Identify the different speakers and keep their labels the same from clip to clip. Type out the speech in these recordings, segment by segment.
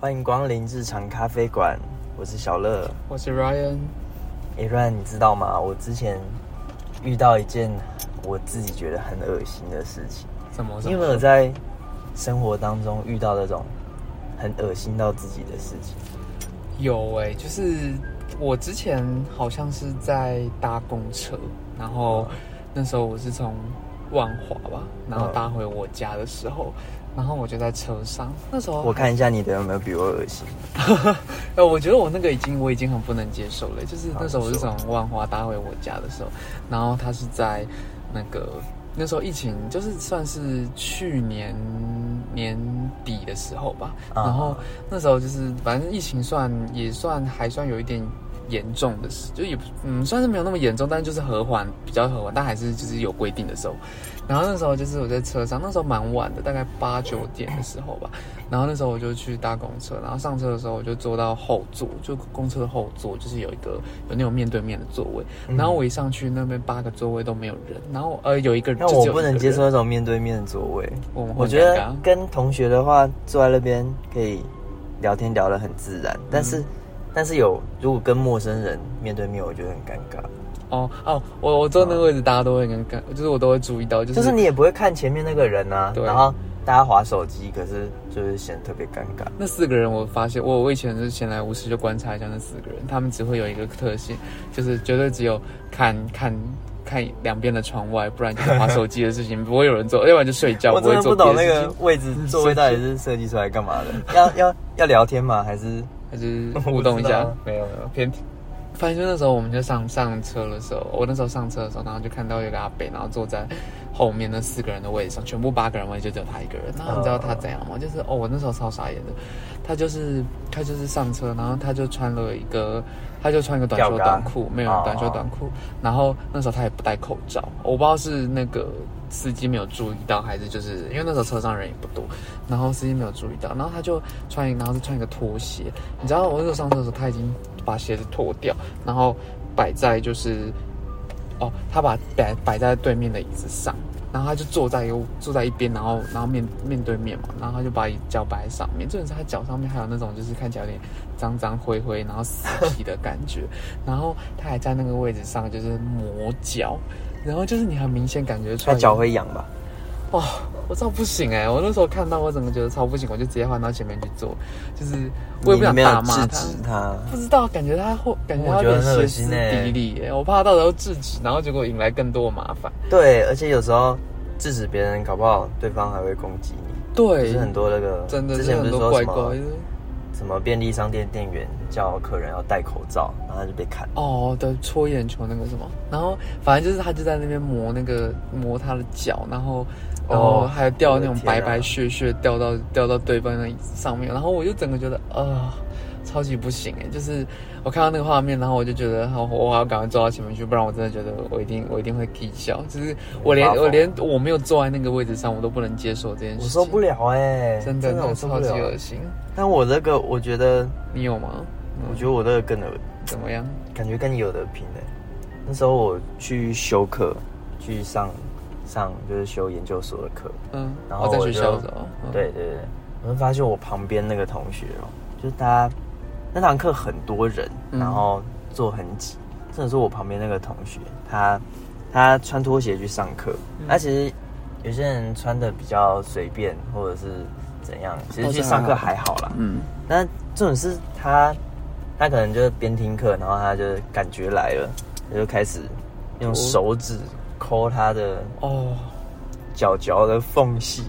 Speaker 1: 欢迎光临日常咖啡馆，我是小乐。
Speaker 2: 我是 Ryan，
Speaker 1: 诶 r a n 你知道吗？我之前遇到一件我自己觉得很恶心的事情。
Speaker 2: 怎么？
Speaker 1: 你有没有在生活当中遇到那种很恶心到自己的事情？
Speaker 2: 有哎、就是我之前好像是在搭公车，然后那时候我是从万华吧，然后
Speaker 1: 嗯
Speaker 2: 搭回我家的时候，然后我就在车上，那时候
Speaker 1: 我看一下你的有没有比我恶心。
Speaker 2: 呃，我觉得我那个已经我已经很不能接受了，就是那时候我是
Speaker 1: 好
Speaker 2: 从万华搭回我家的时候，然后他是在那个那时候疫情就是算是去年年底的时候吧，
Speaker 1: 啊
Speaker 2: 然后那时候就是反正疫情算也算还算有一点。严重的事，就也不嗯，算是没有那么严重，但是就是和缓，比较和缓，但还是就是有规定的时候。然后那时候就是我在车上，那时候蛮晚的，大概八九点的时候吧。然后那时候我就去搭公车，然后上车的时候我就坐到后座，就公车的后座，就是有一个有那种面对面的座位。
Speaker 1: 嗯
Speaker 2: 然后我一上去，那边八个座位都没有人，然后呃有一个人，
Speaker 1: 那
Speaker 2: 就
Speaker 1: 我
Speaker 2: 只有
Speaker 1: 不
Speaker 2: 一个
Speaker 1: 能接
Speaker 2: 人
Speaker 1: 受，那种面对面的座位。
Speaker 2: 我们会
Speaker 1: 我觉
Speaker 2: 很尴
Speaker 1: 得
Speaker 2: 尬
Speaker 1: 跟同学的话，坐在那边可以聊天聊得很自然，但是、
Speaker 2: 嗯
Speaker 1: 但是有如果跟陌生人面对面，我觉得很尴尬。
Speaker 2: 哦哦，我我坐那个位置，大家都会很尴，就是我都会注意到，就
Speaker 1: 就是是你也不会看前面那个人啊，
Speaker 2: 对
Speaker 1: 然后大家划手机，可是就是显得特别尴尬。
Speaker 2: 那四个人，我发现我我以前就是闲来无事就观察一下那四个人，他们只会有一个特性，就是绝对只有看看看两边的窗外，不然就是划手机的事情， 不会有人做，要不然就睡觉，
Speaker 1: 我
Speaker 2: 哎不
Speaker 1: 真的
Speaker 2: 会做
Speaker 1: 不
Speaker 2: 别
Speaker 1: 懂
Speaker 2: 的
Speaker 1: 那
Speaker 2: 事
Speaker 1: 个
Speaker 2: 情。
Speaker 1: 位置座位到底是设计出来干嘛的？要要要聊天吗？还 是
Speaker 2: 还是
Speaker 1: 我
Speaker 2: 互动一
Speaker 1: 知道
Speaker 2: 下
Speaker 1: 啊，
Speaker 2: 没有没有 偏题。反正就那时候我们就上上车的时候，我那时候上车的时候，然后就看到有个阿北，然后坐在后面那四个人的位置上，全部八个人位就只有他一个人。然后你知道他怎样吗？就是哦，我那时候超傻眼的，他就是他就是上车，然后他就穿了一个，他就穿一个短袖
Speaker 1: 吊嘎
Speaker 2: 短裤，没有
Speaker 1: 哦
Speaker 2: 短袖短裤。然后那时候他也不戴口罩，我不知道是那个司机没有注意到，还是就是因为那时候车上人也不多，然后司机没有注意到，然后他就穿一，然后就穿一个拖鞋。你知道我那时候上车的时候，他已经把鞋子脱掉，然后摆在就是，哦，他把摆摆在对面的椅子上，然后他就坐在一个坐在一边，然后然后面面对面嘛，然后他就把脚摆在上面，重点是他脚上面还有那种就是看起来有点脏脏灰灰，然后死皮的感觉，然后他还在那个位置上就是磨脚，然后就是你很明显感觉出
Speaker 1: 他
Speaker 2: 来
Speaker 1: 脚会痒吧？
Speaker 2: 哇、我知道不行哎、我那时候看到我整个觉得超不行，我就直接换到前面去坐，就是我也不
Speaker 1: 你
Speaker 2: 想
Speaker 1: 没有
Speaker 2: 大
Speaker 1: 制
Speaker 2: 骂他。
Speaker 1: 止他。
Speaker 2: 不知道，感觉他会感觉他
Speaker 1: 我觉
Speaker 2: 有
Speaker 1: 得
Speaker 2: 点
Speaker 1: 很恶
Speaker 2: 歇
Speaker 1: 心
Speaker 2: 斯
Speaker 1: 欸
Speaker 2: 底里、欸，我怕到时候制止，然后结果引来更多麻烦。
Speaker 1: 对，而且有时候制止别人，搞不好对方还会攻击你。就
Speaker 2: 对
Speaker 1: 是，很多那个，
Speaker 2: 真的
Speaker 1: 之
Speaker 2: 是
Speaker 1: 前不
Speaker 2: 很
Speaker 1: 是
Speaker 2: 多
Speaker 1: 说
Speaker 2: 怪
Speaker 1: 什
Speaker 2: 怪
Speaker 1: 么
Speaker 2: 的。
Speaker 1: 什么便利商店店员叫客人要戴口罩，然后他就被砍。
Speaker 2: 哦，对，搓眼球那个什么，然后反正就是他就在那边磨那个磨他的脚，然后然后
Speaker 1: 哦
Speaker 2: 还有掉
Speaker 1: 我
Speaker 2: 那种
Speaker 1: 的天啊
Speaker 2: 白白血血掉到掉到对方的椅子上面，然后我就整个觉得啊、超级不行哎，就是我看到那个画面，然后我就觉得好，我还要赶快坐到前面去，不然我真的觉得我一定我一定会踢笑，就是我连
Speaker 1: 发疯
Speaker 2: 我连我没有坐在那个位置上，我都不能接受这件事
Speaker 1: 我
Speaker 2: 情，
Speaker 1: 受不了哎、
Speaker 2: 真的，
Speaker 1: 真的
Speaker 2: 那
Speaker 1: 我
Speaker 2: 个
Speaker 1: 受不
Speaker 2: 超级
Speaker 1: 了
Speaker 2: 恶。心，
Speaker 1: 但我这个，我觉得，
Speaker 2: 你有吗？
Speaker 1: 我觉得我这个更恶，
Speaker 2: 怎么样？
Speaker 1: 感觉跟你有得拼哎、那时候我去修课，去上上就是修研究所的课，
Speaker 2: 嗯，
Speaker 1: 然后
Speaker 2: 哦在
Speaker 1: 我
Speaker 2: 学
Speaker 1: 就
Speaker 2: 校的时候，嗯
Speaker 1: 对对对，我就发现我旁边那个同学哦、就是他那堂课很多人，
Speaker 2: 嗯
Speaker 1: 然后坐很挤，真的是我旁边那个同学，他他穿拖鞋去上课，
Speaker 2: 嗯
Speaker 1: 那、其实有些人穿的比较随便或者是怎样，其实
Speaker 2: 哦
Speaker 1: 去
Speaker 2: 这还
Speaker 1: 上课
Speaker 2: 好
Speaker 1: 还好啦，
Speaker 2: 嗯。
Speaker 1: 那重点是他，他可能就是边听课，然后他就感觉来了，他就开始用手指抠他的
Speaker 2: 哦，
Speaker 1: 脚脚的缝隙，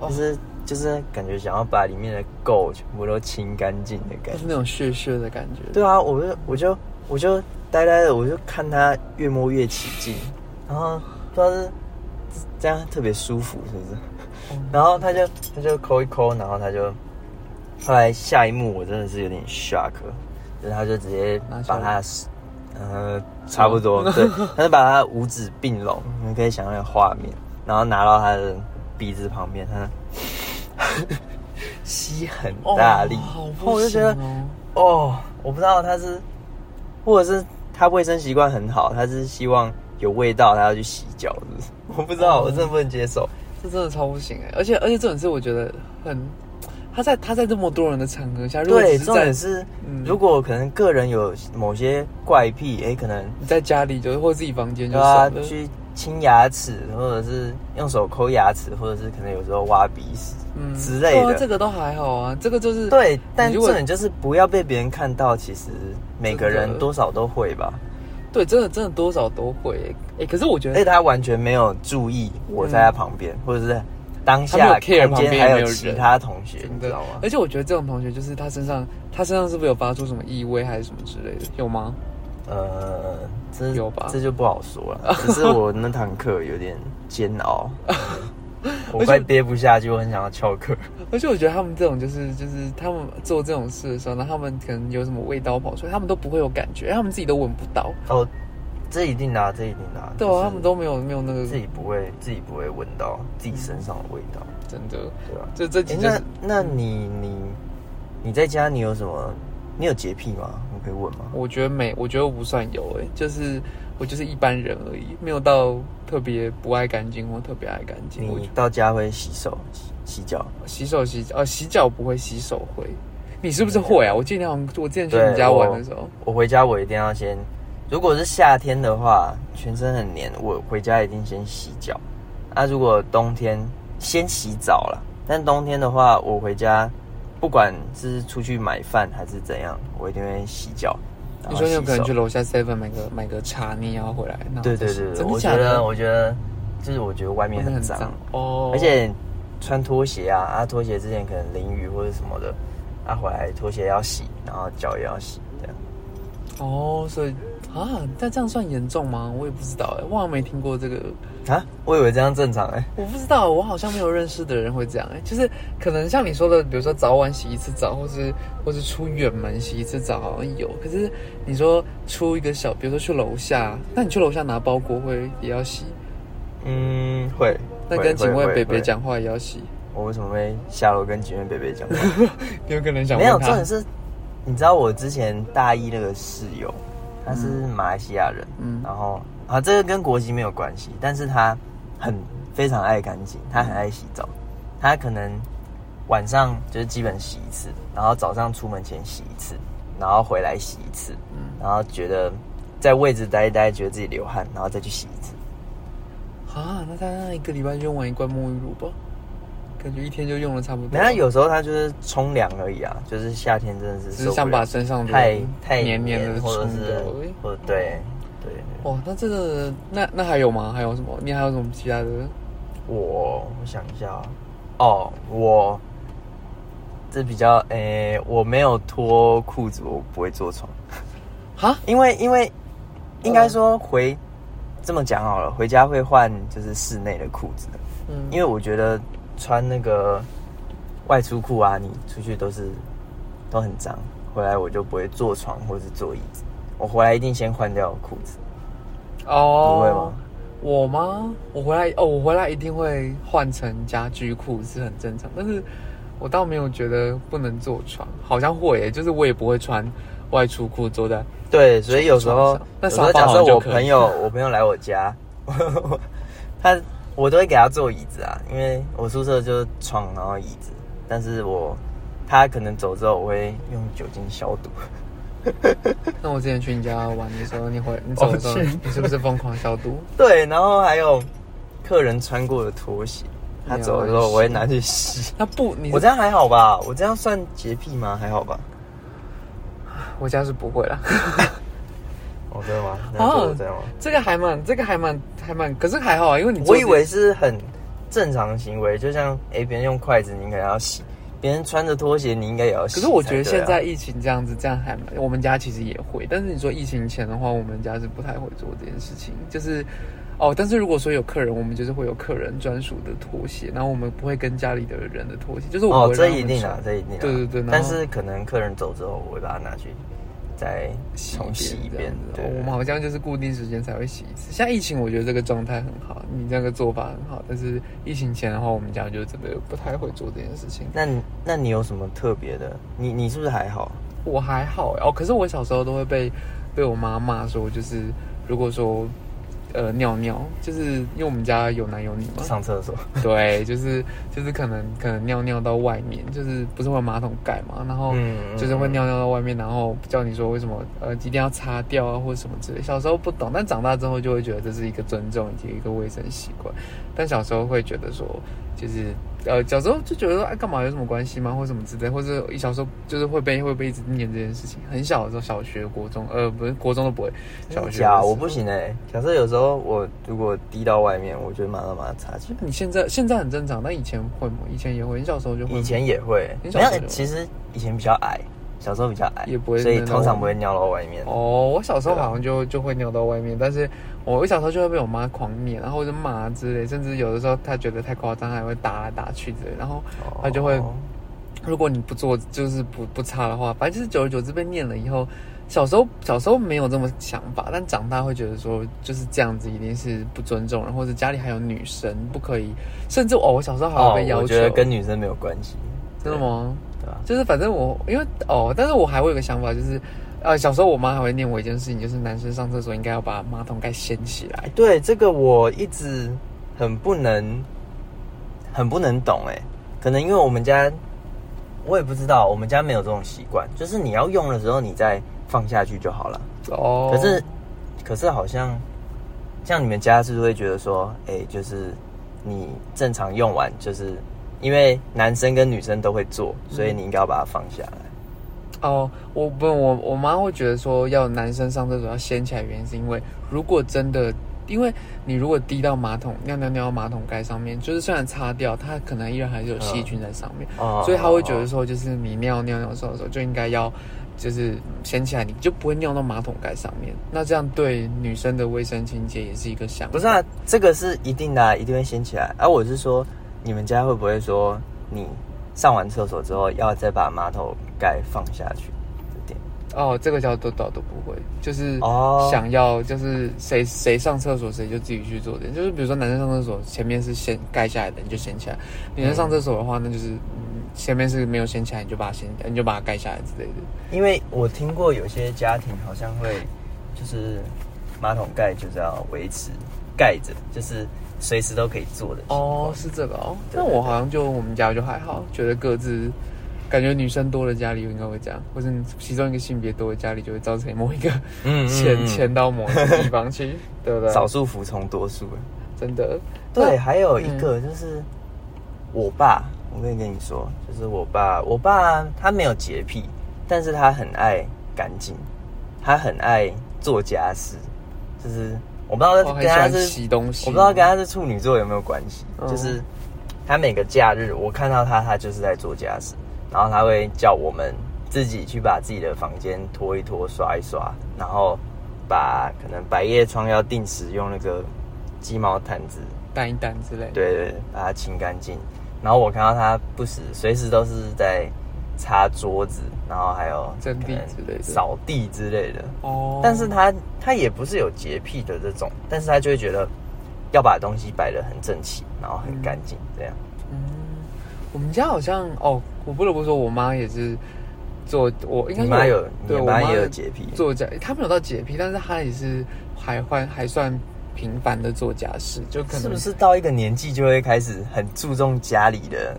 Speaker 2: 哦
Speaker 1: 就是就是感觉想要把里面的垢全部都清干净的感
Speaker 2: 就
Speaker 1: 觉
Speaker 2: 是。那种血血的感觉。
Speaker 1: 对啊，我就我就我就呆呆的，我就看他越摸越起劲，然后不知道是这样特别舒服是不是
Speaker 2: 哦？
Speaker 1: 然后他就他就抠一抠，然后他就后来下一幕我真的是有点 shock，就是他就直接
Speaker 2: 拿下
Speaker 1: 把
Speaker 2: 来
Speaker 1: 他呃差不多 对，他就把他五指并拢，你可以想象那个画面，然后拿到他的鼻子旁边，他 吸很
Speaker 2: 哦，
Speaker 1: 大力，
Speaker 2: 好
Speaker 1: 然后
Speaker 2: 不
Speaker 1: 我就觉
Speaker 2: 行
Speaker 1: 得。
Speaker 2: 哦。
Speaker 1: 哦，我不知道他是，或者是他卫生习惯很好，他是希望有味道他要去洗脚，是不是？我不知道，
Speaker 2: 哦
Speaker 1: 我真的不能接受。
Speaker 2: 欸这真的超不行哎、而且而且这种事我觉得很他在他在这么多人的场合下，如果只
Speaker 1: 对，
Speaker 2: 是
Speaker 1: 重
Speaker 2: 在
Speaker 1: 点是，
Speaker 2: 嗯
Speaker 1: 如果可能个人有某些怪癖，哎、可能
Speaker 2: 你在家里就或者自己房间就
Speaker 1: 对啊
Speaker 2: 算了，，
Speaker 1: 去清牙齿，或者是用手抠牙齿，或者是可能有时候挖鼻屎、
Speaker 2: 嗯
Speaker 1: 之类
Speaker 2: 对
Speaker 1: 的。
Speaker 2: 啊这个都还好啊，这个就是
Speaker 1: 对，但
Speaker 2: 如
Speaker 1: 重
Speaker 2: 果
Speaker 1: 点就是不要被别人看到。其实每个
Speaker 2: 真
Speaker 1: 人
Speaker 2: 的
Speaker 1: 多少都会吧，
Speaker 2: 对，真的真的多少都会欸。哎、可是我觉
Speaker 1: 而
Speaker 2: 得
Speaker 1: 且他完全没有注意我在他旁边，或者是当
Speaker 2: 嗯他没
Speaker 1: 下
Speaker 2: 有 care
Speaker 1: 空
Speaker 2: 旁
Speaker 1: 间
Speaker 2: 边有没
Speaker 1: 还
Speaker 2: 有
Speaker 1: 有
Speaker 2: 人
Speaker 1: 其他同学，你
Speaker 2: 真
Speaker 1: 知
Speaker 2: 的哎
Speaker 1: 道吗，？
Speaker 2: 而且我觉得这种同学就是他身上，他身上是不是有发出什么异味还是什么之类的？有吗？
Speaker 1: 呃，这
Speaker 2: 有吧
Speaker 1: 这就不好说 了。只是我那堂课有点煎熬，我
Speaker 2: 而且
Speaker 1: 快憋不下去，我很想要翘课。
Speaker 2: 而且我觉得他们这种就是就是他们做这种事的时候，然后他们可能有什么味道跑出来，他们都不会有感觉，因为他们自己都闻不到。
Speaker 1: 哦，这一定的啊、这一定的啊、
Speaker 2: 对
Speaker 1: 就
Speaker 2: 啊，
Speaker 1: 是
Speaker 2: 他们都没有没有那个
Speaker 1: 自己不会自己不会闻到自己身上的味道，
Speaker 2: 真的，
Speaker 1: 对吧、
Speaker 2: 就这
Speaker 1: 诶
Speaker 2: 几就是、
Speaker 1: 那那你你你在家你有什么？你有洁癖吗？我可以问吗？
Speaker 2: 我觉得没，我觉得我不算有诶、就是我就是一般人而已，没有到特别不爱干净或特别爱干净。我
Speaker 1: 你到家会洗手、洗洗脚？
Speaker 2: 洗手洗呃洗脚不会，洗手会。你是不是会啊？我记得好像我之前去
Speaker 1: 对
Speaker 2: 你家玩的时候，
Speaker 1: 我回家我一定要先，如果是夏天的话，全身很黏，我回家一定先洗脚。那如果冬天先洗澡了，但冬天的话，我回家不管是出去买饭还是怎样，我一定会洗脚。然
Speaker 2: 你
Speaker 1: 后
Speaker 2: 说你有
Speaker 1: 洗
Speaker 2: 可能
Speaker 1: 手
Speaker 2: 去楼下 Seven 买个买个茶，你也要回来。然后
Speaker 1: 对
Speaker 2: 再
Speaker 1: 对
Speaker 2: 洗
Speaker 1: 对对，
Speaker 2: 真的
Speaker 1: 我
Speaker 2: 假
Speaker 1: 觉
Speaker 2: 的？
Speaker 1: 得我觉得就是我觉得外面
Speaker 2: 真的
Speaker 1: 很
Speaker 2: 很
Speaker 1: 脏，
Speaker 2: 脏哦，
Speaker 1: 而且穿拖鞋啊啊，拖鞋之前可能淋雨或者什么的，啊回来拖鞋要洗，然后脚也要洗，这样。
Speaker 2: 哦，所以啊，但这样算严重吗？我也不知道哎、我好像没听过这个，
Speaker 1: 啊，我以为这样正常哎、
Speaker 2: 我不知道，我好像没有认识的人会这样哎、就是可能像你说的，比如说早晚洗一次澡，或是或是出远门洗一次澡，好像有。可是你说出一个小，比如说去楼下，那你去楼下拿包裹会也要洗，
Speaker 1: 嗯，会。
Speaker 2: 那
Speaker 1: 会
Speaker 2: 跟警卫
Speaker 1: 会
Speaker 2: 北
Speaker 1: 会
Speaker 2: 北讲话也要洗，
Speaker 1: 我为什么会下楼跟警卫北北 讲话？
Speaker 2: 有可能想
Speaker 1: 没有，
Speaker 2: 问
Speaker 1: 重
Speaker 2: 他
Speaker 1: 点，是，你知道我之前大一那个室友，他是马来西亚人，
Speaker 2: 嗯
Speaker 1: 然后啊，这个跟国籍没有关系，但是他很非常爱干净，他很爱洗澡，他可能晚上就是基本洗一次，然后早上出门前洗一次，然后回来洗一次，
Speaker 2: 嗯
Speaker 1: 然后觉得在位置待一待，觉得自己流汗，然后再去洗一次。
Speaker 2: 啊，那他那一个礼拜用完一罐沐浴乳吧，感觉一天就用了差不多。
Speaker 1: 没有，有时候他就是冲凉而已啊，就是夏天真的是
Speaker 2: 只
Speaker 1: 受
Speaker 2: 是
Speaker 1: 不
Speaker 2: 想
Speaker 1: 了
Speaker 2: 把身上的
Speaker 1: 太太
Speaker 2: 黏黏的
Speaker 1: 或者
Speaker 2: 冲
Speaker 1: 是
Speaker 2: 掉而已
Speaker 1: 或者对对，
Speaker 2: 哇，那这个那那还有吗？还有什么？你还有什么其他的？
Speaker 1: 我我想一下哦哦，我这比较诶、我没有脱裤子，我不会坐床，
Speaker 2: 哈，
Speaker 1: 因为因为应
Speaker 2: 嗯
Speaker 1: 该说回、这么讲好了，回家会换就是室内的裤子，
Speaker 2: 嗯，
Speaker 1: 因为我觉得穿那个外出裤啊，你出去都是都很脏，回来我就不会坐床或是坐椅子，我回来一定先换掉裤子。
Speaker 2: 哦，
Speaker 1: 你会吗？
Speaker 2: 我吗？我回来哦，我回来一定会换成家居裤是很正常，但是我倒没有觉得不能坐床，好像会耶，就是我也不会穿外出裤 坐在
Speaker 1: 对，所以有时候
Speaker 2: 床上，那
Speaker 1: 有时候
Speaker 2: 沙发
Speaker 1: 假
Speaker 2: 好
Speaker 1: 设
Speaker 2: 像就
Speaker 1: 我
Speaker 2: 可以
Speaker 1: 朋友，我朋友来我家， 他我都会给他坐椅子啊，因为我宿舍就是床然后椅子，但是我他可能走之后，我会用酒精消毒。
Speaker 2: 那我之前去你家玩的时候，你回你走的时候
Speaker 1: 抱歉，
Speaker 2: 你是不是疯狂消毒？
Speaker 1: 对，然后还有客人穿过的拖鞋，他走的时候我会
Speaker 2: 你要
Speaker 1: 拿去洗。
Speaker 2: 那不，你
Speaker 1: 我这样还好吧？我这样算洁癖吗？还好吧？
Speaker 2: 我家是不会啦。
Speaker 1: 哦，真的吗？
Speaker 2: 那就哦这
Speaker 1: 样吗？
Speaker 2: 这个还蛮，这个还蛮，还蛮，可是还好啊，因为你坐
Speaker 1: 我以为是很正常的行为，就像诶，别人用筷子，你应该要洗；别人穿着拖鞋，你应该也要洗才
Speaker 2: 可是
Speaker 1: 对啊、
Speaker 2: 我觉得现在疫情这样子，这
Speaker 1: 啊
Speaker 2: 样还蛮我们家其实也会，但是你说疫情前的话，我们家是不太会做这件事情，就是。哦，但是如果说有客人，我们就是会有客人专属的拖鞋，然后我们不会跟家里的人的拖鞋，就是我
Speaker 1: 哦
Speaker 2: 不，会
Speaker 1: 这
Speaker 2: 让他
Speaker 1: 一
Speaker 2: 们
Speaker 1: 定啊
Speaker 2: 穿，
Speaker 1: 这一定啊。
Speaker 2: 对对对，然后
Speaker 1: 但是可能客人走之后，我会把它拿去再
Speaker 2: 洗
Speaker 1: 重洗一
Speaker 2: 一
Speaker 1: 遍
Speaker 2: 遍。这
Speaker 1: 对
Speaker 2: 样子，我们好像就是固定时间才会洗一次。像疫情，我觉得这个状态很好，你这个做法很好，但是疫情前的话，我们家就真的不太会做这件事情。
Speaker 1: 那你那你有什么特别的？你你是不是还好？
Speaker 2: 我还好欸哦，可是我小时候都会被被我妈骂说，就是如果说呃尿尿，就是因为我们家有男有女嘛，
Speaker 1: 上厕所，
Speaker 2: 对，就是就是可能可能尿尿到外面，就是不是会有马桶盖嘛，然后
Speaker 1: 嗯嗯
Speaker 2: 就是会尿尿到外面，然后叫你说为什么呃一定要擦掉啊或者什么之类。小时候不懂，但长大之后就会觉得这是一个尊重以及一个卫生习惯。但小时候会觉得说，就是呃小时候就觉得说哎干嘛有什么关系吗或什么之类，或者小时候就是会被会被一直念这件事情。很小的时候，小学、国中，呃不是国中都不会，小学
Speaker 1: 假
Speaker 2: 的时
Speaker 1: 我
Speaker 2: 候
Speaker 1: 不行哎、假设有时候我如果滴到外面，我就马上把它擦起来。
Speaker 2: 你现在现在很正常，但以前会吗？以前也会，你小时候就会吗。
Speaker 1: 以前也会，
Speaker 2: 你嗯小
Speaker 1: 没
Speaker 2: 时候
Speaker 1: 有
Speaker 2: 有，
Speaker 1: 其实以前比较矮，小时候比较矮，
Speaker 2: 也不会
Speaker 1: 所以
Speaker 2: 那种
Speaker 1: 通常不会尿到外面。
Speaker 2: 哦，我小时候好像就就会尿到外面，但是我我小时候就会被我妈狂念，然后我就骂之类，甚至有的时候她觉得太夸张，她还会打来打去之类。然后
Speaker 1: 哦
Speaker 2: 她就会，如果你不做就是不不擦的话，反正就是久而久之被念了以后，小时候小时候没有这么想法，但长大会觉得说就是这样子一定是不尊重，然后或者家里还有女生不可以，甚至哦，我小时候还
Speaker 1: 哦
Speaker 2: 会被，要
Speaker 1: 我
Speaker 2: 求，
Speaker 1: 觉得跟女生没有关系，
Speaker 2: 真的吗？
Speaker 1: 对啊吧？
Speaker 2: 就是反正我因为哦，但是我还会有个想法，就是呃，小时候我妈还会念我一件事情，就是男生上厕所应该要把马桶盖掀起来。
Speaker 1: 哎对这个我一直很不能，很不能懂哎，可能因为我们家，我也不知道，我们家没有这种习惯，就是你要用的时候你再放下去就好了。
Speaker 2: 哦，
Speaker 1: 可是，可是好像像你们家是不是会觉得说，哎、就是你正常用完，就是因为男生跟女生都会做，所以你应该要把它放下来。
Speaker 2: 哦，我不我我妈会觉得说要男生上厕所要掀起来，原因是因为如果真的。因为你如果滴到马桶尿尿尿到马桶盖上面，就是虽然擦掉，它可能依然还是有细菌在上面，
Speaker 1: 哦
Speaker 2: 所以她会觉得说，就是你尿尿尿的时候就应该要，就是掀起来，你就不会尿到马桶盖上面。那这样对女生的卫生清洁也是一个想法。
Speaker 1: 不是啊，这个是一定的啊、一定会掀起来。啊，我是说，你们家会不会说你上完厕所之后要再把马桶盖放下去？这点
Speaker 2: 哦，这个叫都倒都不会，就是
Speaker 1: 哦
Speaker 2: 想要就是谁谁上厕所谁就自己去做的，就是比如说男生上厕所前面是掀盖下来的，你就掀起来；女生上厕所的话，那就是嗯前面是没有掀起来，你就把它掀，你就把它盖下来之类的。
Speaker 1: 因为我听过有些家庭好像会，就是马桶盖就是要维持盖着，就是随时都可以做的。
Speaker 2: 哦，是这个哦。
Speaker 1: 对
Speaker 2: 那我好像就我们家就还好，觉得各自。感觉女生多的家里应该会这样，或是其中一个性别多的家里就会造成某一个
Speaker 1: 嗯嗯
Speaker 2: 潜
Speaker 1: 嗯
Speaker 2: 潜到某一个地方去，对不对？
Speaker 1: 少数服从多数。
Speaker 2: 真的
Speaker 1: 对，
Speaker 2: 那
Speaker 1: 还有一个就是我爸，我可以跟你说，就是我爸，我爸他没有洁癖，但是他很爱干净，他很爱做家事，就是我不知道
Speaker 2: 哦
Speaker 1: 跟他
Speaker 2: 很喜欢
Speaker 1: 是，
Speaker 2: 洗东西
Speaker 1: 我不知道跟他是处女座有没有关系，
Speaker 2: 嗯
Speaker 1: 就是他每个假日我看到他，他就是在做家事，然后他会叫我们自己去把自己的房间拖一拖、刷一刷，然后把可能百叶窗要定时用那个鸡毛掸子
Speaker 2: 淡一淡之类的。
Speaker 1: 对对，对把它清干净。然后我看到他不时随时都是在擦桌子，然后还有
Speaker 2: 整地
Speaker 1: 可能
Speaker 2: 之类的
Speaker 1: 扫地之类的。
Speaker 2: 哦，
Speaker 1: 但是他他也不是有洁癖的这种，但是他就会觉得要把东西摆得很整齐，然后很干净，这样。
Speaker 2: 嗯，我们家好像哦，我不得不说，我妈也是做我应该
Speaker 1: 你
Speaker 2: 是
Speaker 1: 妈
Speaker 2: 我
Speaker 1: 有你
Speaker 2: 对我
Speaker 1: 妈
Speaker 2: 妈
Speaker 1: 也有洁癖
Speaker 2: 做家，她没有到洁癖，但是她也是还换还算频繁的做家事，就可能
Speaker 1: 是不是到一个年纪就会开始很注重家里的？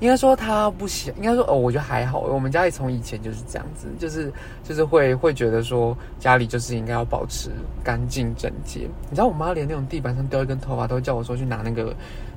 Speaker 2: 应该说他不想，应该说哦，我觉得还好。我们家里从以前就是这样子，就是就是会会觉得说家里就是应该要保持干净整洁。你知道我妈连那种地板上掉一根头发，都会叫我说去拿那个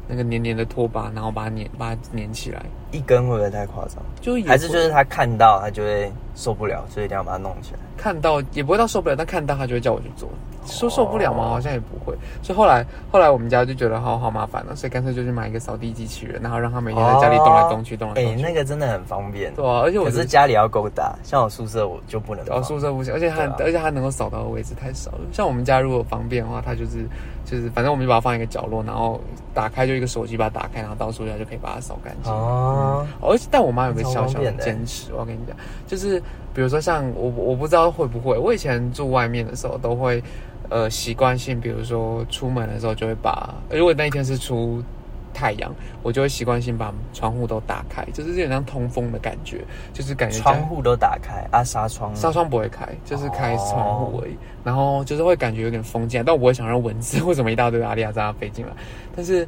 Speaker 2: 那个黏黏的拖把，然后把它粘把它粘起来。
Speaker 1: 一根会不会太夸张？
Speaker 2: 就也
Speaker 1: 还是
Speaker 2: 会
Speaker 1: 就是他看到他就会受不了，所以一定要把它弄起来。
Speaker 2: 看到也不会到受不了，但看到他就会叫我去做。说受不
Speaker 1: 哦
Speaker 2: 了吗？好像也不会。所以后来后来我们家就觉得好好麻烦了，所以干脆就去买一个扫地机器人，然后让他每天在家里动来动去，动来
Speaker 1: 哎、
Speaker 2: 动去。
Speaker 1: 那个真的很方便。
Speaker 2: 对啊，而且我
Speaker 1: 可
Speaker 2: 觉
Speaker 1: 是
Speaker 2: 得
Speaker 1: 家里要够大，像我宿舍我就不能
Speaker 2: 然
Speaker 1: 放。
Speaker 2: 后宿舍不行，而且它、
Speaker 1: 对啊
Speaker 2: 而且它能够扫到的位置太少了。像我们家如果方便的话，它就是就是反正我们就把它放一个角落，然后打开就一个手机把它打开，然后倒数一下就可以把它扫干净。
Speaker 1: 哦，
Speaker 2: 而且，但我妈有个
Speaker 1: 超
Speaker 2: 小
Speaker 1: 方
Speaker 2: 小的
Speaker 1: 便的欸
Speaker 2: 坚持，我跟你讲，就是比如说像我，我不知道会不会，我以前住外面的时候都呃会，呃，习惯性，比如说出门的时候就会把，如果那一天是出太阳，我就会习惯性把窗户都打开，就是有点像通风的感觉，就是感觉家
Speaker 1: 窗户都打开啊，纱窗
Speaker 2: 嗯纱窗不会开，就是开窗户而已。然后就是会感觉有点风进来，但我不会想让蚊子为什么一大堆阿利亚扎飞进来。但是，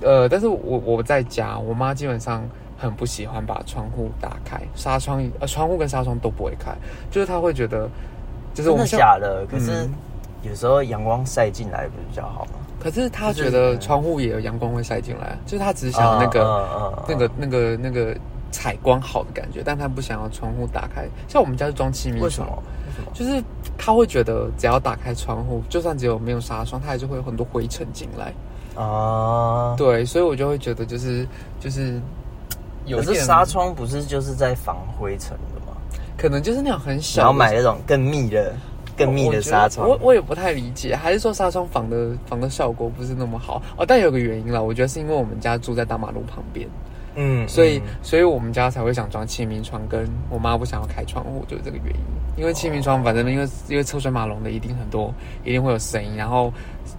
Speaker 2: 呃，但是我我在家，我妈基本上很不喜欢把窗户打开，纱窗呃窗户跟纱窗都不会开，就是她会觉得，就是
Speaker 1: 真
Speaker 2: 我们
Speaker 1: 的
Speaker 2: 像
Speaker 1: 假的？可是
Speaker 2: 嗯
Speaker 1: 有时候阳光晒进来不是比较好吗？
Speaker 2: 可是她
Speaker 1: 就是
Speaker 2: 觉得窗户也有阳光会晒进来，就是她只想那个。
Speaker 1: 嗯
Speaker 2: 那个、那个、那个采光好的感觉，但他不想要窗户打开。像我们家是装气密
Speaker 1: 为什
Speaker 2: 窗，
Speaker 1: 么？为什么？
Speaker 2: 就是他会觉得只要打开窗户，就算只有没有纱窗，它还是会有很多灰尘进来。
Speaker 1: 啊，
Speaker 2: 对，所以我就会觉得就是就是有
Speaker 1: 可
Speaker 2: 一
Speaker 1: 是
Speaker 2: 点
Speaker 1: 纱，窗不是就是在防灰尘的吗？
Speaker 2: 可能就是那种很小
Speaker 1: 然
Speaker 2: 的
Speaker 1: 后买那种更密的、更密的纱窗。
Speaker 2: 我我也不太理解，还是说纱窗防的防的效果不是那么好哦？但有个原因啦，我觉得是因为我们家住在大马路旁边。
Speaker 1: 嗯，
Speaker 2: 所以
Speaker 1: 嗯，
Speaker 2: 所以我们家才会想装气密窗，跟我妈不想要开窗户，就是这个原因。因为气密窗，反正因为因为车水马龙的，一定很多，一定会有声音。然后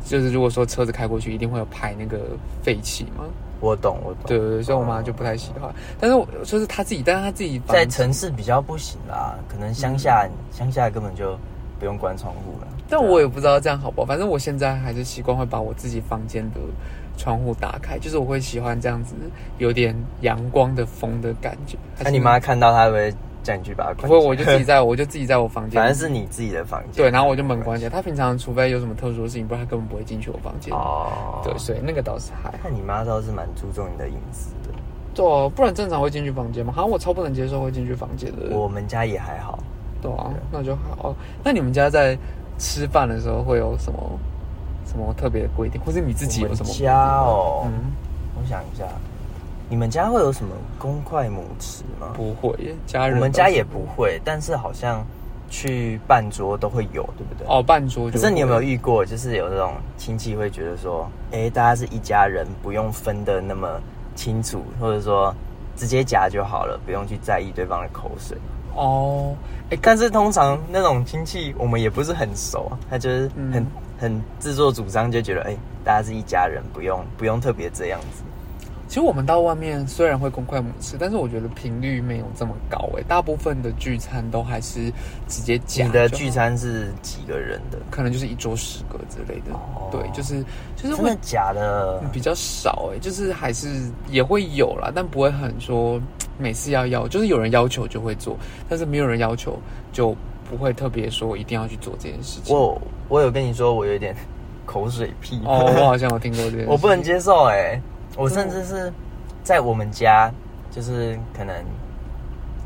Speaker 2: 就是如果说车子开过去，一定会有排那个废气嘛。
Speaker 1: 我懂，我懂。
Speaker 2: 对对对，所以我妈就不太喜欢。但是我就是她自己，但是她自己房
Speaker 1: 在城市比较不行啦，可能乡下乡、下根本就不用关窗户了。
Speaker 2: 但我也不知道这样好不好。反正我现在还是习惯会把我自己房间的窗户打开，就是我会喜欢这样子有点阳光的风的感觉。
Speaker 1: 那、你妈看到她会不会叫你去把它
Speaker 2: 不
Speaker 1: 关？
Speaker 2: 会，我就自己，在我就自己在我房 间，
Speaker 1: 反正是你自己的房间。
Speaker 2: 对，然后我就门关起来。他平常除非有什么特殊的事情，不然他根本不会进去我房间。
Speaker 1: 哦，
Speaker 2: 对，所以那个倒是还好。
Speaker 1: 看你妈倒是蛮注重你的隐私的。
Speaker 2: 对哦、不然正常会进去房间吗？好像我超不能接受会进去房间的。
Speaker 1: 我们家也还好，
Speaker 2: 对啊，那就还好。那你们家在吃饭的时候会有什么什么特别的规定，或是你自己有什么
Speaker 1: 我
Speaker 2: 规
Speaker 1: 们
Speaker 2: 定？
Speaker 1: 家哦、
Speaker 2: 嗯，
Speaker 1: 我想一下，你们家会有什么公筷母匙吗？
Speaker 2: 不会耶，家人
Speaker 1: 我们
Speaker 2: 都
Speaker 1: 家
Speaker 2: 是
Speaker 1: 也不会，但是好像去办桌都会有，对不对？
Speaker 2: 哦，半桌
Speaker 1: 可
Speaker 2: 就会。
Speaker 1: 是你有没有遇过，就是有那种亲戚会觉得说，哎、大家是一家人，不用分的那么清楚，或者说直接夹就好了，不用去在意对方的口水。
Speaker 2: 哦？哎、
Speaker 1: 欸但是通常那种亲戚，我们也不是很熟，啊他就是很、
Speaker 2: 嗯
Speaker 1: 很自作主张，就觉得哎、诶大家是一家人，不用不用特别这样子。
Speaker 2: 其实我们到外面虽然会公筷母匙，但是我觉得频率没有这么高诶、大部分的聚餐都还是直接夹。
Speaker 1: 你的聚餐是几个人的？
Speaker 2: 可能就是一桌十个之类的，
Speaker 1: 哦
Speaker 2: 对，就是就是
Speaker 1: 真
Speaker 2: 会
Speaker 1: 的假的？
Speaker 2: 比较少哎、就是还是也会有啦，但不会很说每次要要，就是有人要求就会做，但是没有人要求就不会特别说一定要去做这件事情。
Speaker 1: 我我有跟你说，我有点 口水癖
Speaker 2: 哦，我好像有听过这件事情，
Speaker 1: 我不能接受哎、我甚至是在我们家，就是可能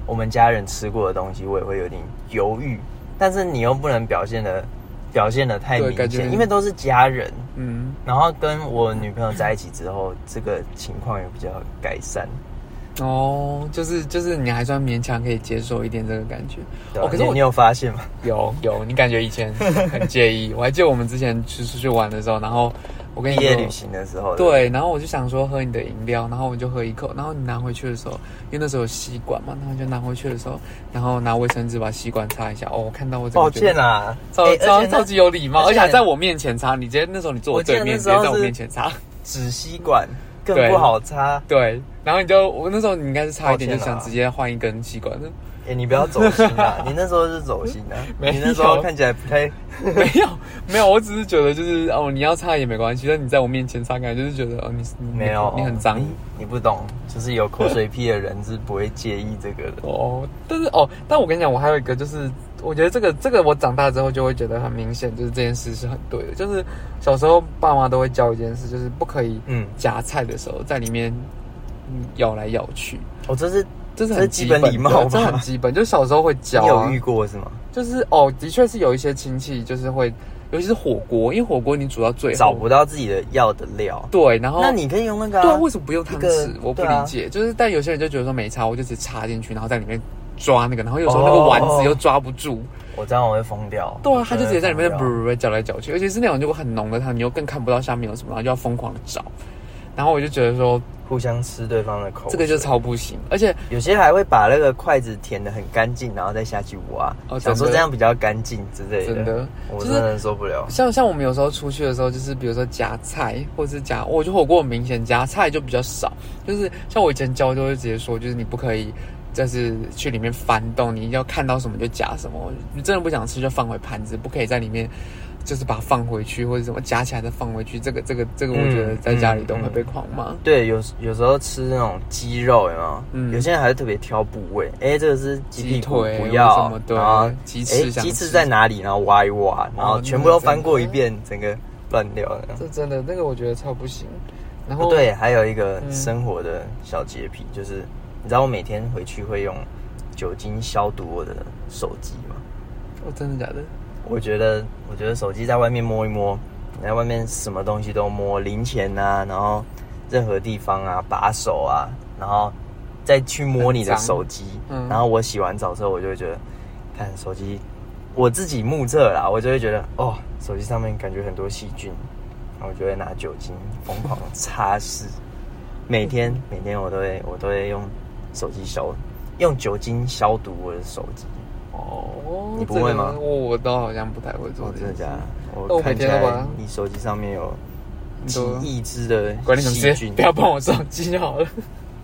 Speaker 1: 我们家人吃过的东西，我也会有点犹豫。但是你又不能表现的表现的太
Speaker 2: 对
Speaker 1: 明
Speaker 2: 感觉
Speaker 1: 显，因为都是家人。
Speaker 2: 嗯，
Speaker 1: 然后跟我女朋友在一起之后，这个情况也比较改善。
Speaker 2: 哦，就是就是你还算勉强可以接受一点这个感觉。
Speaker 1: 对吧
Speaker 2: 哦，可是
Speaker 1: 你
Speaker 2: 我
Speaker 1: 你有发现 吗？
Speaker 2: 有有，你感觉以前很介意，我还记得我们之前去出去玩的时候，然后我跟
Speaker 1: 毕
Speaker 2: 你说
Speaker 1: 业旅行的时候，
Speaker 2: 对，然后我就想说喝你的饮料，然后我就喝一口，然后你拿回去的时候，因为那时候有吸管嘛，然后就拿回去的时候，然后拿卫生纸把吸管擦一下。哦，我看到我
Speaker 1: 抱歉
Speaker 2: 啊，
Speaker 1: 啦，
Speaker 2: 超、
Speaker 1: 哎
Speaker 2: 超
Speaker 1: 而且那
Speaker 2: 超级有礼貌，
Speaker 1: 而
Speaker 2: 而
Speaker 1: 且
Speaker 2: 且还在我面前擦。你直接那时候你坐
Speaker 1: 我
Speaker 2: 我
Speaker 1: 记得
Speaker 2: 对面，
Speaker 1: 那
Speaker 2: 直
Speaker 1: 时候
Speaker 2: 接在我
Speaker 1: 是
Speaker 2: 面前擦。
Speaker 1: 纸吸管更
Speaker 2: 对
Speaker 1: 不好擦。
Speaker 2: 对，然后你就我那时候你应该是差一点
Speaker 1: 抱
Speaker 2: 就
Speaker 1: 歉啊
Speaker 2: 想直接换一根吸管的，
Speaker 1: 哎、你不要走心啊！你那时候是走心啊，
Speaker 2: 没
Speaker 1: 你那时候
Speaker 2: 有
Speaker 1: 看起来不太
Speaker 2: 没有没有，我只是觉得就是哦，你要擦也没关系，但你在我面前擦，感觉就是觉得哦，你你
Speaker 1: 没有，
Speaker 2: 你很脏。
Speaker 1: 你，你不懂，就是有口水屁的人是不会介意这个的。
Speaker 2: 哦，但是哦，但我跟你讲，我还有一个就是，我觉得这个这个我长大之后就会觉得很明显，就是这件事是很对的。就是小时候爸妈都会教一件事，就是不可以
Speaker 1: 嗯，
Speaker 2: 夹菜的时候在里面嗯咬来咬去，
Speaker 1: 我、这是
Speaker 2: 哦
Speaker 1: 这
Speaker 2: 这是
Speaker 1: 是
Speaker 2: 很
Speaker 1: 基
Speaker 2: 基
Speaker 1: 本
Speaker 2: 本
Speaker 1: 礼貌
Speaker 2: 的这
Speaker 1: 吧
Speaker 2: 很基本，就是小时候会
Speaker 1: 你
Speaker 2: 教、
Speaker 1: 有
Speaker 2: 啊
Speaker 1: 遇。过是吗？
Speaker 2: 就是哦，的确是有一些亲戚就是会，尤其是火锅，因为火锅你煮到最后
Speaker 1: 找不到自己的要的料，
Speaker 2: 对，然后
Speaker 1: 那你可以用那个、啊。
Speaker 2: 哦对啊，为什么不用汤
Speaker 1: 一个
Speaker 2: 匙？我不
Speaker 1: 对啊
Speaker 2: 理解。就是，但有些人就觉得说没差，我就只插进去，然后在里面抓那个，然后有时候那个
Speaker 1: 哦
Speaker 2: 丸子又抓不住。
Speaker 1: 我这样我会疯掉。
Speaker 2: 对
Speaker 1: 我
Speaker 2: 啊，他就直接在里面
Speaker 1: 真的
Speaker 2: 不
Speaker 1: 会疯掉
Speaker 2: 不不搅来搅去，而且是那种如果很浓的汤，你又更看不到下面有什么，然后就要疯狂的找。然后我就觉得说
Speaker 1: 互相吃对方的口水，
Speaker 2: 这个就超不行，而且
Speaker 1: 有些还会把那个筷子舔得很干净，然后再下去挖，
Speaker 2: 哦
Speaker 1: 想说
Speaker 2: 真的
Speaker 1: 这样比较干净之类的。
Speaker 2: 真的
Speaker 1: 我
Speaker 2: 就是
Speaker 1: 真的受不了。
Speaker 2: 像像我们有时候出去的时候，就是比如说夹菜，或是夹，我就火锅很明显夹菜就比较少，就是像我以前教就会直接说，就是你不可以。就是去里面翻动，你要看到什么就夹什么。你真的不想吃就放回盘子，不可以在里面，就是把它放回去或者什么夹起来再放回去。这个这个这个，我觉得
Speaker 1: 嗯
Speaker 2: 在家里
Speaker 1: 嗯
Speaker 2: 都会
Speaker 1: 嗯
Speaker 2: 被狂骂。
Speaker 1: 对，有有时候吃那种鸡肉，有没有？
Speaker 2: 嗯
Speaker 1: 有些人还会特别挑部位，哎、这个是鸡
Speaker 2: 鸡
Speaker 1: 屁股，
Speaker 2: 腿
Speaker 1: 不
Speaker 2: 什
Speaker 1: 要
Speaker 2: 么，对
Speaker 1: 然后
Speaker 2: 鸡
Speaker 1: 哎
Speaker 2: 翅想
Speaker 1: 鸡翅
Speaker 2: 吃
Speaker 1: 在哪里？然后挖一挖，然后
Speaker 2: 哦
Speaker 1: 全部都
Speaker 2: 那个真
Speaker 1: 翻过
Speaker 2: 的
Speaker 1: 一遍，整个乱掉了。
Speaker 2: 这真的那个我觉得超不行。然后
Speaker 1: 不哦对，还有一个
Speaker 2: 嗯
Speaker 1: 生活的小洁癖，就是你知道我每天回去会用酒精消毒我的手机吗？
Speaker 2: 哦，真的假的？
Speaker 1: 我觉得，我觉得手机在外面摸一摸，你在外面什么东西都摸，零钱啊，然后任何地方啊，把手啊，然后再去摸你的
Speaker 2: 很脏
Speaker 1: 手机。
Speaker 2: 嗯
Speaker 1: 然后我洗完澡之后，我就会觉得，看手机，我自己目测啦，我就会觉得，哦，手机上面感觉很多细菌，然后我就会拿酒精疯狂地擦拭。每天，每天我都会，我都会用手机消，用酒精消毒我的手机。
Speaker 2: 哦，
Speaker 1: 你不会吗
Speaker 2: 这个我我倒好像不太会做
Speaker 1: 哦，
Speaker 2: 这
Speaker 1: 真的
Speaker 2: 件事
Speaker 1: 假的？
Speaker 2: 那
Speaker 1: 我
Speaker 2: 我
Speaker 1: 看
Speaker 2: 每
Speaker 1: 起
Speaker 2: 哦天都
Speaker 1: 来
Speaker 2: 把
Speaker 1: 你手机上面有
Speaker 2: 你
Speaker 1: 几
Speaker 2: 说
Speaker 1: 亿只的
Speaker 2: 管你什么
Speaker 1: 细
Speaker 2: 事
Speaker 1: 菌，，
Speaker 2: 不要碰我手机就好了。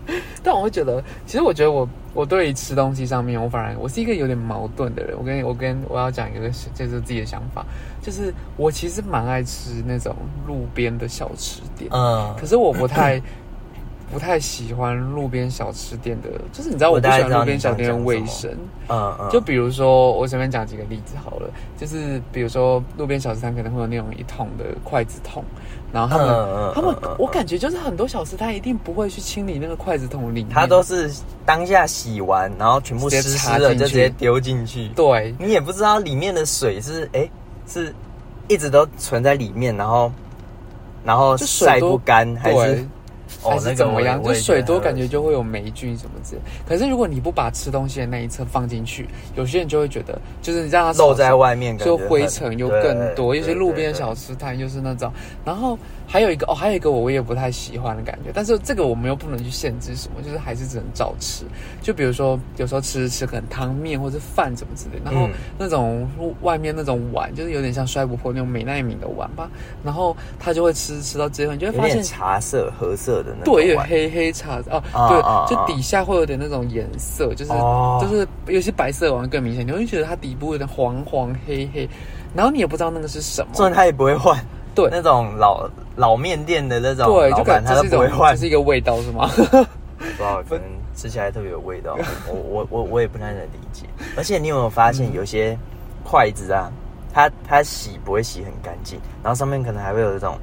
Speaker 2: 但我会觉得，其实我觉得我我对于吃东西上面，我反而我是一个有点矛盾的人。我跟我跟我要讲一个就是自己的想法，就是我其实蛮爱吃那种路边的小吃店，
Speaker 1: 嗯，
Speaker 2: 可是我不太 不太喜欢路边小吃店的，就是你知道
Speaker 1: 我
Speaker 2: 我不
Speaker 1: 大概
Speaker 2: 喜欢
Speaker 1: 知道
Speaker 2: 路边
Speaker 1: 你
Speaker 2: 小
Speaker 1: 想
Speaker 2: 店的
Speaker 1: 讲什
Speaker 2: 卫
Speaker 1: 么
Speaker 2: 生。
Speaker 1: 嗯嗯，
Speaker 2: 就比如说，我随便讲几个例子好了，就是比如说路边小吃摊可能会有那种一桶的筷子桶，然后他们、
Speaker 1: 嗯嗯
Speaker 2: 他们
Speaker 1: 嗯嗯，
Speaker 2: 我感觉就是很多小吃摊一定不会去清理那个筷子桶里面，
Speaker 1: 它都是当下洗完，然后全部湿
Speaker 2: 直接
Speaker 1: 湿
Speaker 2: 插
Speaker 1: 了
Speaker 2: 进
Speaker 1: 就直接
Speaker 2: 去
Speaker 1: 丢进去，
Speaker 2: 对
Speaker 1: 你也不知道里面的水是哎、是一直都存在里面，然后然后
Speaker 2: 就水
Speaker 1: 晒
Speaker 2: 多
Speaker 1: 不干还
Speaker 2: 对
Speaker 1: 是。哦
Speaker 2: 还
Speaker 1: 那
Speaker 2: 是
Speaker 1: 个
Speaker 2: 怎么
Speaker 1: 我也
Speaker 2: 样？
Speaker 1: 我也
Speaker 2: 就水
Speaker 1: 觉得
Speaker 2: 多，
Speaker 1: 很恶
Speaker 2: 感觉
Speaker 1: 心
Speaker 2: 就会有霉菌什么之类。可是如果你不把吃东西的那一侧放进去，有些人就会觉得，就是你让它
Speaker 1: 露
Speaker 2: 少
Speaker 1: 在
Speaker 2: 少
Speaker 1: 外面感觉
Speaker 2: 就
Speaker 1: 很，
Speaker 2: 灰尘又更多，
Speaker 1: 对
Speaker 2: 有些路
Speaker 1: 对
Speaker 2: 边
Speaker 1: 对
Speaker 2: 小吃摊又是那种，然后还有一个哦，还有一个我也不太喜欢的感觉，但是这个我们又不能去限制什么，就是还是只能照吃。就比如说有时候吃吃可能汤面或者饭什么之类，然后
Speaker 1: 嗯
Speaker 2: 那种路外面那种碗，就是有点像摔不破那种美奈米的碗吧，然后他就会吃吃到最后，你就会
Speaker 1: 有
Speaker 2: 发现
Speaker 1: 点茶色、褐色的那种
Speaker 2: 对，有点
Speaker 1: 碗
Speaker 2: 黑黑茶哦，
Speaker 1: 啊
Speaker 2: 对，
Speaker 1: 啊啊
Speaker 2: 就底下会有点那种颜色，就是、
Speaker 1: 哦
Speaker 2: 就是有些白色的碗更明显，你会觉得它底部有点黄黄黑黑，然后你也不知道那个是什么，
Speaker 1: 重点他也不会换。
Speaker 2: 对
Speaker 1: 那种老老面店的那种
Speaker 2: 对，
Speaker 1: 老
Speaker 2: 就
Speaker 1: 板，
Speaker 2: 感
Speaker 1: 他都
Speaker 2: 觉是一
Speaker 1: 不
Speaker 2: 种
Speaker 1: 会换
Speaker 2: 就，是一个味道是吗？
Speaker 1: 不知道可能 吃起来特别有味道。我我我我也不太能理解。而且你有没有发现，有些筷子啊，它它洗不会洗很干净，然后上面可能还会有这种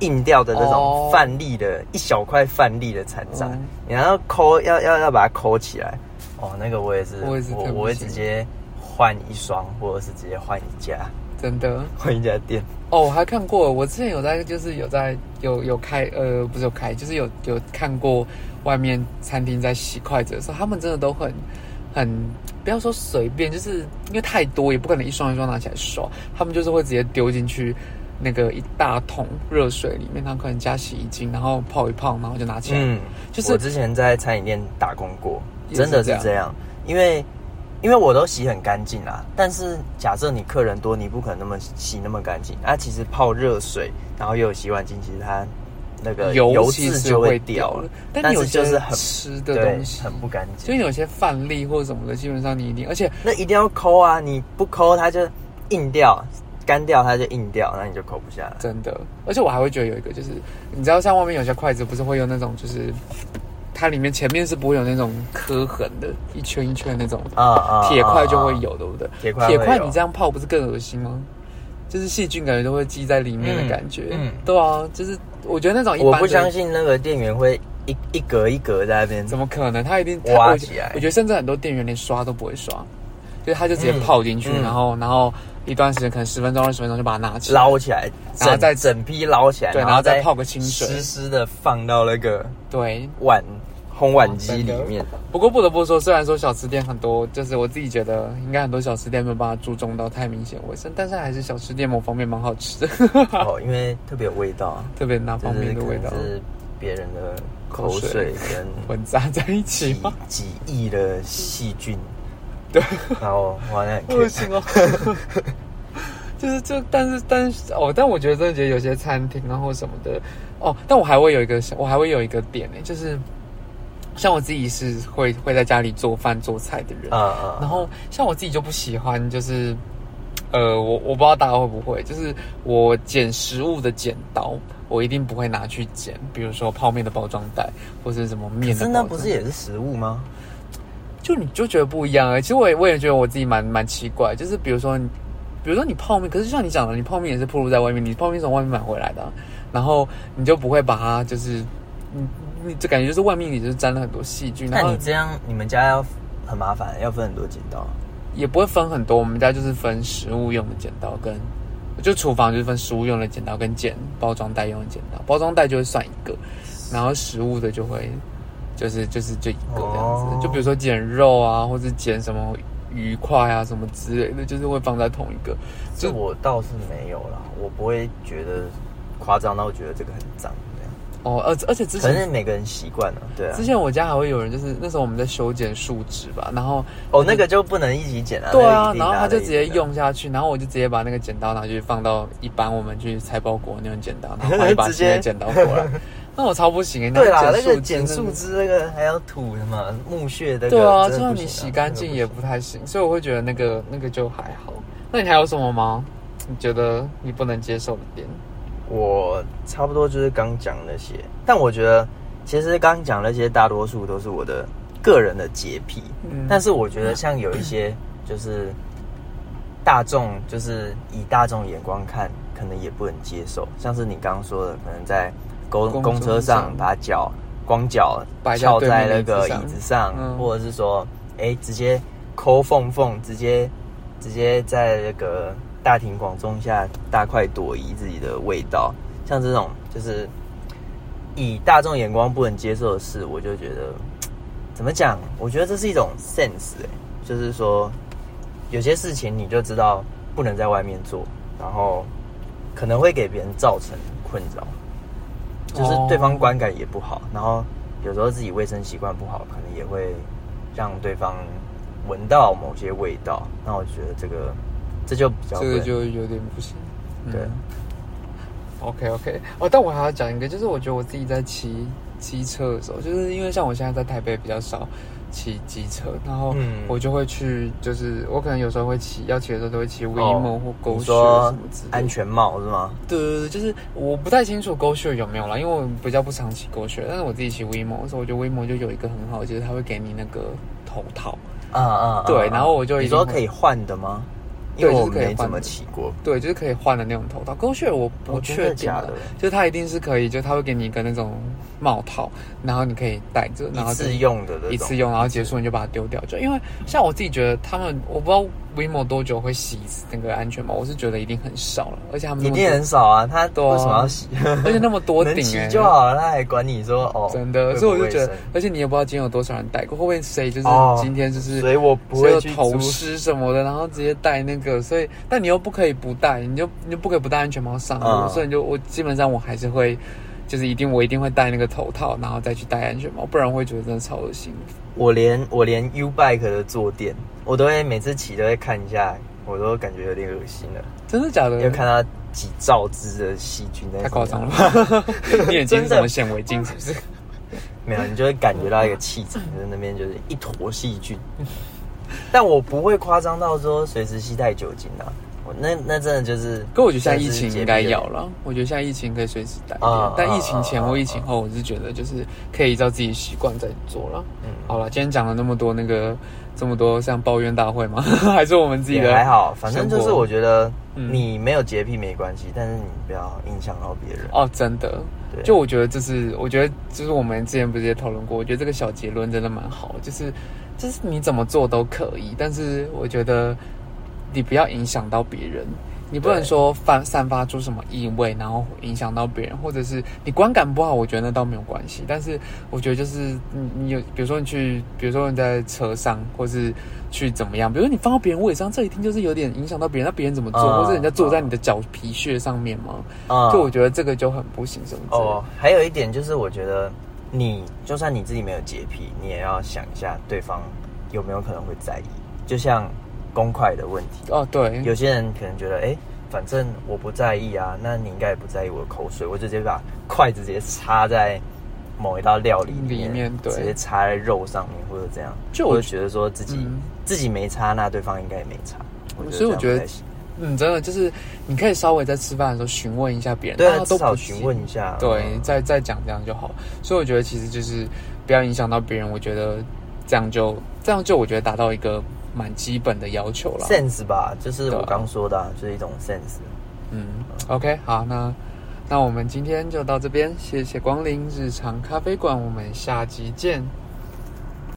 Speaker 1: 硬掉的这种
Speaker 2: 哦
Speaker 1: 饭粒的、一小块饭粒的残渣
Speaker 2: 嗯，
Speaker 1: 你还要抠，要要要把它抠起来。哦，那个我也是，
Speaker 2: 我也是
Speaker 1: 我
Speaker 2: 特不
Speaker 1: 我会
Speaker 2: 行
Speaker 1: 直接换一双，或者是直接换一家，
Speaker 2: 真的
Speaker 1: 换一家店。
Speaker 2: 哦，我还看过，我之前有在就是有在有有开呃不是有开，就是有有看过外面餐厅在洗筷子的时候，他们真的都很很不要说随便，就是因为太多也不可能一双一双拿起来刷，他们就是会直接丢进去。那个一大桶热水里面，他可能加洗衣精，然后泡一泡，然后就拿起来。
Speaker 1: 嗯，
Speaker 2: 就是
Speaker 1: 我之前在餐饮店打工过，
Speaker 2: 也是
Speaker 1: 真的是
Speaker 2: 这
Speaker 1: 这样，因为因为我都洗很干净啦，但是假设你客人多，你不可能那么洗那么干净。啊，其实泡热水，然后又有洗碗巾，其实它那个
Speaker 2: 油
Speaker 1: 油
Speaker 2: 其
Speaker 1: 渍
Speaker 2: 实
Speaker 1: 就
Speaker 2: 会
Speaker 1: 会掉了
Speaker 2: 了，，但你有
Speaker 1: 是就
Speaker 2: 些
Speaker 1: 是很
Speaker 2: 吃的
Speaker 1: 对
Speaker 2: 东西
Speaker 1: 很不干
Speaker 2: 所
Speaker 1: 净，
Speaker 2: 以有些饭粒或什么的，基本上你一定，而且
Speaker 1: 那一定要抠啊，你不抠它就硬掉，干掉它就硬掉，那你就抠不下来。
Speaker 2: 真的，而且我还会觉得有一个，就是你知道，像外面有些筷子不是会有那种，就是它里面前面是不会有那种磕痕的，一圈一圈的那种，
Speaker 1: 啊啊
Speaker 2: 铁块就
Speaker 1: 啊
Speaker 2: 会
Speaker 1: 啊
Speaker 2: 有，对不对？
Speaker 1: 铁块
Speaker 2: 铁
Speaker 1: 会
Speaker 2: 块
Speaker 1: 有
Speaker 2: 你这样泡不是更恶心吗？就是细菌感觉都会积在里面的
Speaker 1: 嗯
Speaker 2: 感觉，
Speaker 1: 嗯
Speaker 2: 对啊，就是我觉得那种一般
Speaker 1: 我
Speaker 2: 的
Speaker 1: 不相信那个店员会一一格一格在那边
Speaker 2: 怎么可能？他一定
Speaker 1: 挖
Speaker 2: 他我
Speaker 1: 起来
Speaker 2: 我觉得甚至很多店员连刷都不会刷，就是他就直接
Speaker 1: 嗯
Speaker 2: 泡进去，
Speaker 1: 嗯
Speaker 2: 然后然后一段时间可能十分钟二十分钟就把它拿起来。
Speaker 1: 捞起来，
Speaker 2: 然后
Speaker 1: 整
Speaker 2: 再
Speaker 1: 整批捞起来，
Speaker 2: 对然后再泡个清水
Speaker 1: 湿湿的放到那个
Speaker 2: 对，
Speaker 1: 碗烘碗机里面。
Speaker 2: 不过不得不说，虽然说小吃店很多，就是我自己觉得应该很多小吃店没有办法注重到太明显卫生，但是还是小吃店某方面蛮好吃的，
Speaker 1: 哦，因为特别有味道，
Speaker 2: 特别哪
Speaker 1: 就
Speaker 2: 方
Speaker 1: 是
Speaker 2: 面的
Speaker 1: 可
Speaker 2: 味道
Speaker 1: 能。是别人的口
Speaker 2: 口水
Speaker 1: 水跟
Speaker 2: 混杂在一起
Speaker 1: 几
Speaker 2: 吗？
Speaker 1: 几亿的细菌，
Speaker 2: 对，
Speaker 1: 然后完了，
Speaker 2: 恶心哦。 就是就，但是但是哦，但我觉得真的觉得有些餐厅啊或什么的哦，但我还会有一个，我还会有一个点呢、就是像我自己是会会在家里做饭做菜的人，
Speaker 1: 啊啊，
Speaker 2: 然后像我自己就不喜欢，就是呃，我我不知道大家会不会，就是我剪食物的剪刀，我一定不会拿去剪，比如说泡面的包装袋或是什么面的包
Speaker 1: 真
Speaker 2: 装
Speaker 1: 的
Speaker 2: 袋。
Speaker 1: 不是也是食物吗？
Speaker 2: 就你就觉得不一样啊。其实我也我也觉得我自己蛮蛮奇怪，就是比如说你，比如说你泡面，可是就像你讲的，你泡面也是暴露在外面，你泡面从外面买回来的啊、然后你就不会把它就是，你你就感觉就是外面也就是沾了很多细菌，然
Speaker 1: 那
Speaker 2: 后
Speaker 1: 你这样，你们家要很麻烦，要分很多剪刀。啊
Speaker 2: 也不会分很多。我们家就是分食物用的剪刀跟。就厨房就是分食物用的剪刀跟剪包装袋用的剪刀，包装袋就会算一个，然后食物的就会就是就是就一个这样子。
Speaker 1: 哦
Speaker 2: 就比如说捡肉啊，或者捡什么鱼块啊什么之类的，就是会放在同一个。
Speaker 1: 这
Speaker 2: 就
Speaker 1: 我倒是没有啦，我不会觉得夸张到觉得这个很脏这样。
Speaker 2: 哦，而而且之
Speaker 1: 可能
Speaker 2: 前
Speaker 1: 是每个人习惯了，对啊
Speaker 2: 之。前我家还会有人，就是那时候我们在修剪树枝吧，然后
Speaker 1: 哦，那个就不能一起剪啊。
Speaker 2: 对
Speaker 1: 那
Speaker 2: 啊，
Speaker 1: 个一定
Speaker 2: 然后
Speaker 1: 拿
Speaker 2: 他就
Speaker 1: 着
Speaker 2: 直接
Speaker 1: 一起的，
Speaker 2: 用下去，然后我就直接把那个剪刀拿去放到一般我们去采包裹那种剪刀，然后换一把
Speaker 1: 直
Speaker 2: 新的
Speaker 1: 接
Speaker 2: 剪刀过 来。那我超不行欸，
Speaker 1: 对啦，
Speaker 2: 那
Speaker 1: 那
Speaker 2: 树
Speaker 1: 个
Speaker 2: 枝
Speaker 1: 剪
Speaker 2: 真的
Speaker 1: 树枝那个还要吐什么木屑那个
Speaker 2: 对啊，就
Speaker 1: 真的不行啊，
Speaker 2: 算你洗干净也
Speaker 1: 真的
Speaker 2: 不太行，所以我会觉得那个那个就还好。那你还有什么吗？你觉得你不能接受的点？
Speaker 1: 不行。我差不多就是刚讲那些，但我觉得其实刚讲那些大多数都是我的个人的洁癖，
Speaker 2: 嗯
Speaker 1: 但是我觉得像有一些就是大众，就是以大众眼光看，可能也不能接受。像是你刚刚说的，可能在公
Speaker 2: 公
Speaker 1: 公车
Speaker 2: 车
Speaker 1: 上
Speaker 2: 上
Speaker 1: 把脚光脚
Speaker 2: 摆在
Speaker 1: 翘
Speaker 2: 对
Speaker 1: 在
Speaker 2: 面
Speaker 1: 那个
Speaker 2: 椅子上
Speaker 1: 椅子上，
Speaker 2: 嗯
Speaker 1: 或者是说，哎、直接抠缝缝，直接直接在那个大庭广众下大快朵颐自己的味道，像这种就是以大众眼光不能接受的事，我就觉得怎么讲？我觉得这是一种 sense，、欸、就是说有些事情你就知道不能在外面做，然后可能会给别人造成困扰，
Speaker 2: 哦
Speaker 1: 就是对方观感也不好，然后有时候自己卫生习惯不好，可能也会让对方闻到某些味道。那我觉得这个这就比较
Speaker 2: 这个
Speaker 1: 不能
Speaker 2: 就有点不行。
Speaker 1: 对
Speaker 2: OK OK，哦，但我还要讲一个，就是我觉得我自己在骑机车的时候，就是因为像我现在在台北比较少骑机车，然后
Speaker 1: 嗯
Speaker 2: 我就会去，就是我可能有时候会骑，要骑的时候都会骑 WeMo
Speaker 1: 哦
Speaker 2: 或 GoShare
Speaker 1: 你
Speaker 2: 什
Speaker 1: 说
Speaker 2: 么之类的
Speaker 1: 安全帽是吗？
Speaker 2: 对对对，就是我不太清楚狗血有没有啦，因为我比较不常骑狗血，但是我自己骑 WeMo，所以我觉得 WeMo 就有一个很好，就是它会给你那个头套，
Speaker 1: 啊啊！啊
Speaker 2: 对然后我就
Speaker 1: 你
Speaker 2: 一定
Speaker 1: 说
Speaker 2: 会
Speaker 1: 可以换的吗？因
Speaker 2: 对
Speaker 1: 为我
Speaker 2: 就是可
Speaker 1: 没
Speaker 2: 以换
Speaker 1: 怎么
Speaker 2: 的
Speaker 1: 骑过。
Speaker 2: 对，就是可以换的那种头套。狗血我不
Speaker 1: 哦真的
Speaker 2: 确定
Speaker 1: 假
Speaker 2: 啦
Speaker 1: 的
Speaker 2: 就是它一定是可以，就它会给你一个那种帽套，然后你可以戴着，然
Speaker 1: 一
Speaker 2: 后就
Speaker 1: 次用的那种
Speaker 2: 一次用，然后结束你就把它丢掉。就因为像我自己觉得他们，我不知道 WeMo 多久会洗一次那个安全帽，我是觉得一定很少了，而且他们
Speaker 1: 一
Speaker 2: 那么
Speaker 1: 定很少啊，他
Speaker 2: 对啊
Speaker 1: 为什么要洗？
Speaker 2: 而且那么 多
Speaker 1: 能
Speaker 2: 顶
Speaker 1: 洗
Speaker 2: 哎、
Speaker 1: 就好了，他还管你说哦，
Speaker 2: 真的，
Speaker 1: 卫
Speaker 2: 所以我
Speaker 1: 不
Speaker 2: 就觉
Speaker 1: 卫
Speaker 2: 得
Speaker 1: 生，
Speaker 2: 而且你也不知道今天有多少人戴过，会不会谁就是
Speaker 1: 哦
Speaker 2: 今天就是，
Speaker 1: 所以我不
Speaker 2: 谁
Speaker 1: 会
Speaker 2: 有
Speaker 1: 去
Speaker 2: 头
Speaker 1: 租
Speaker 2: 虱什么的，然后直接戴那个，所以但你又不可以不戴，你就你就不可以不戴安全帽上路，
Speaker 1: 嗯
Speaker 2: 所以你就我基本上我还是会，就是一定我一定会戴那个头套，然后再去戴安全帽，不然我会觉得真的超恶心。
Speaker 1: 我连我连 U Bike 的坐垫，我都会每次骑都会看一下，我都感觉有点恶心了，
Speaker 2: 真的假
Speaker 1: 因为
Speaker 2: 的？
Speaker 1: 看它几兆只的细菌在。
Speaker 2: 嗯太夸张了！吧！ 你眼睛是
Speaker 1: 真的
Speaker 2: 什么显微镜是不是？
Speaker 1: 没有，你就会感觉到一个气场，就是那边就是一坨细 菌。但我不会夸张到说随时携带酒精啊，我那那真的就是。
Speaker 2: 可我觉得现在疫
Speaker 1: 真的
Speaker 2: 情
Speaker 1: 是洁
Speaker 2: 应
Speaker 1: 癖的
Speaker 2: 该
Speaker 1: 人
Speaker 2: 要了，我觉得现在疫情可以随时戴一点
Speaker 1: 啊
Speaker 2: 但
Speaker 1: 啊
Speaker 2: 疫情前
Speaker 1: 啊
Speaker 2: 或
Speaker 1: 啊
Speaker 2: 疫情后，我是觉得就是可以依照自己习惯再做了。
Speaker 1: 嗯
Speaker 2: 好了，今天讲了那么多那个这么多像抱怨大会吗？ 还是我们自己
Speaker 1: 也
Speaker 2: 的？
Speaker 1: 还好，反正就是我觉得
Speaker 2: 嗯
Speaker 1: 你没有洁癖没关系，但是你不要影响到别人。
Speaker 2: 哦，真的，
Speaker 1: 对
Speaker 2: 就我觉得这是，我觉得就是我们之前不是也讨论过，我觉得这个小结论真的蛮好，就是就是你怎么做都可以，但是我觉得你不要影响到别人，你不能说发散发出什么异味，然后影响到别人，或者是你观感不好，我觉得那倒没有关系。但是我觉得就是你你有，比如说你去，比如说你在车上，或是去怎么样，比如说你放到别人位置上，这一定就是有点影响到别人，那别人怎么做，
Speaker 1: 嗯
Speaker 2: 或者人家坐在你的脚皮屑上面嘛，
Speaker 1: 啊
Speaker 2: 就我觉得这个就很不行，什么之类的
Speaker 1: 哦，还有一点就是，我觉得你就算你自己没有洁癖，你也要想一下对方有没有可能会在意。就像公筷的问题，
Speaker 2: 哦，对，
Speaker 1: 有些人可能觉得，哎、反正我不在意啊，那你应该也不在意我的口水，我就直接把筷子直接插在某一道料理里面，
Speaker 2: 里面对
Speaker 1: 直接插在肉上面或者这样，
Speaker 2: 就我
Speaker 1: 我就觉得说自己、
Speaker 2: 嗯
Speaker 1: 自己没插，那对方应该也没插。
Speaker 2: 所以我觉
Speaker 1: 这
Speaker 2: 得
Speaker 1: 样不太行
Speaker 2: 嗯，真的就是你可以稍微在吃饭的时候询问一下别人，
Speaker 1: 对
Speaker 2: 大
Speaker 1: 啊，
Speaker 2: 家
Speaker 1: 至
Speaker 2: 都
Speaker 1: 少
Speaker 2: 不
Speaker 1: 询
Speaker 2: 急
Speaker 1: 问一下，
Speaker 2: 对，
Speaker 1: 嗯
Speaker 2: 再再讲这样就好。所以我觉得其实就是不要影响到别人，我觉得这样就这样就我觉得达到一个蛮基本的要求了。
Speaker 1: sense 吧，就是
Speaker 2: 对
Speaker 1: 我
Speaker 2: 啊
Speaker 1: 刚说的啊、就是一种 sense。
Speaker 2: 嗯，OK，好，那那我们今天就到这边，谢谢光临日常咖啡馆，我们下集见，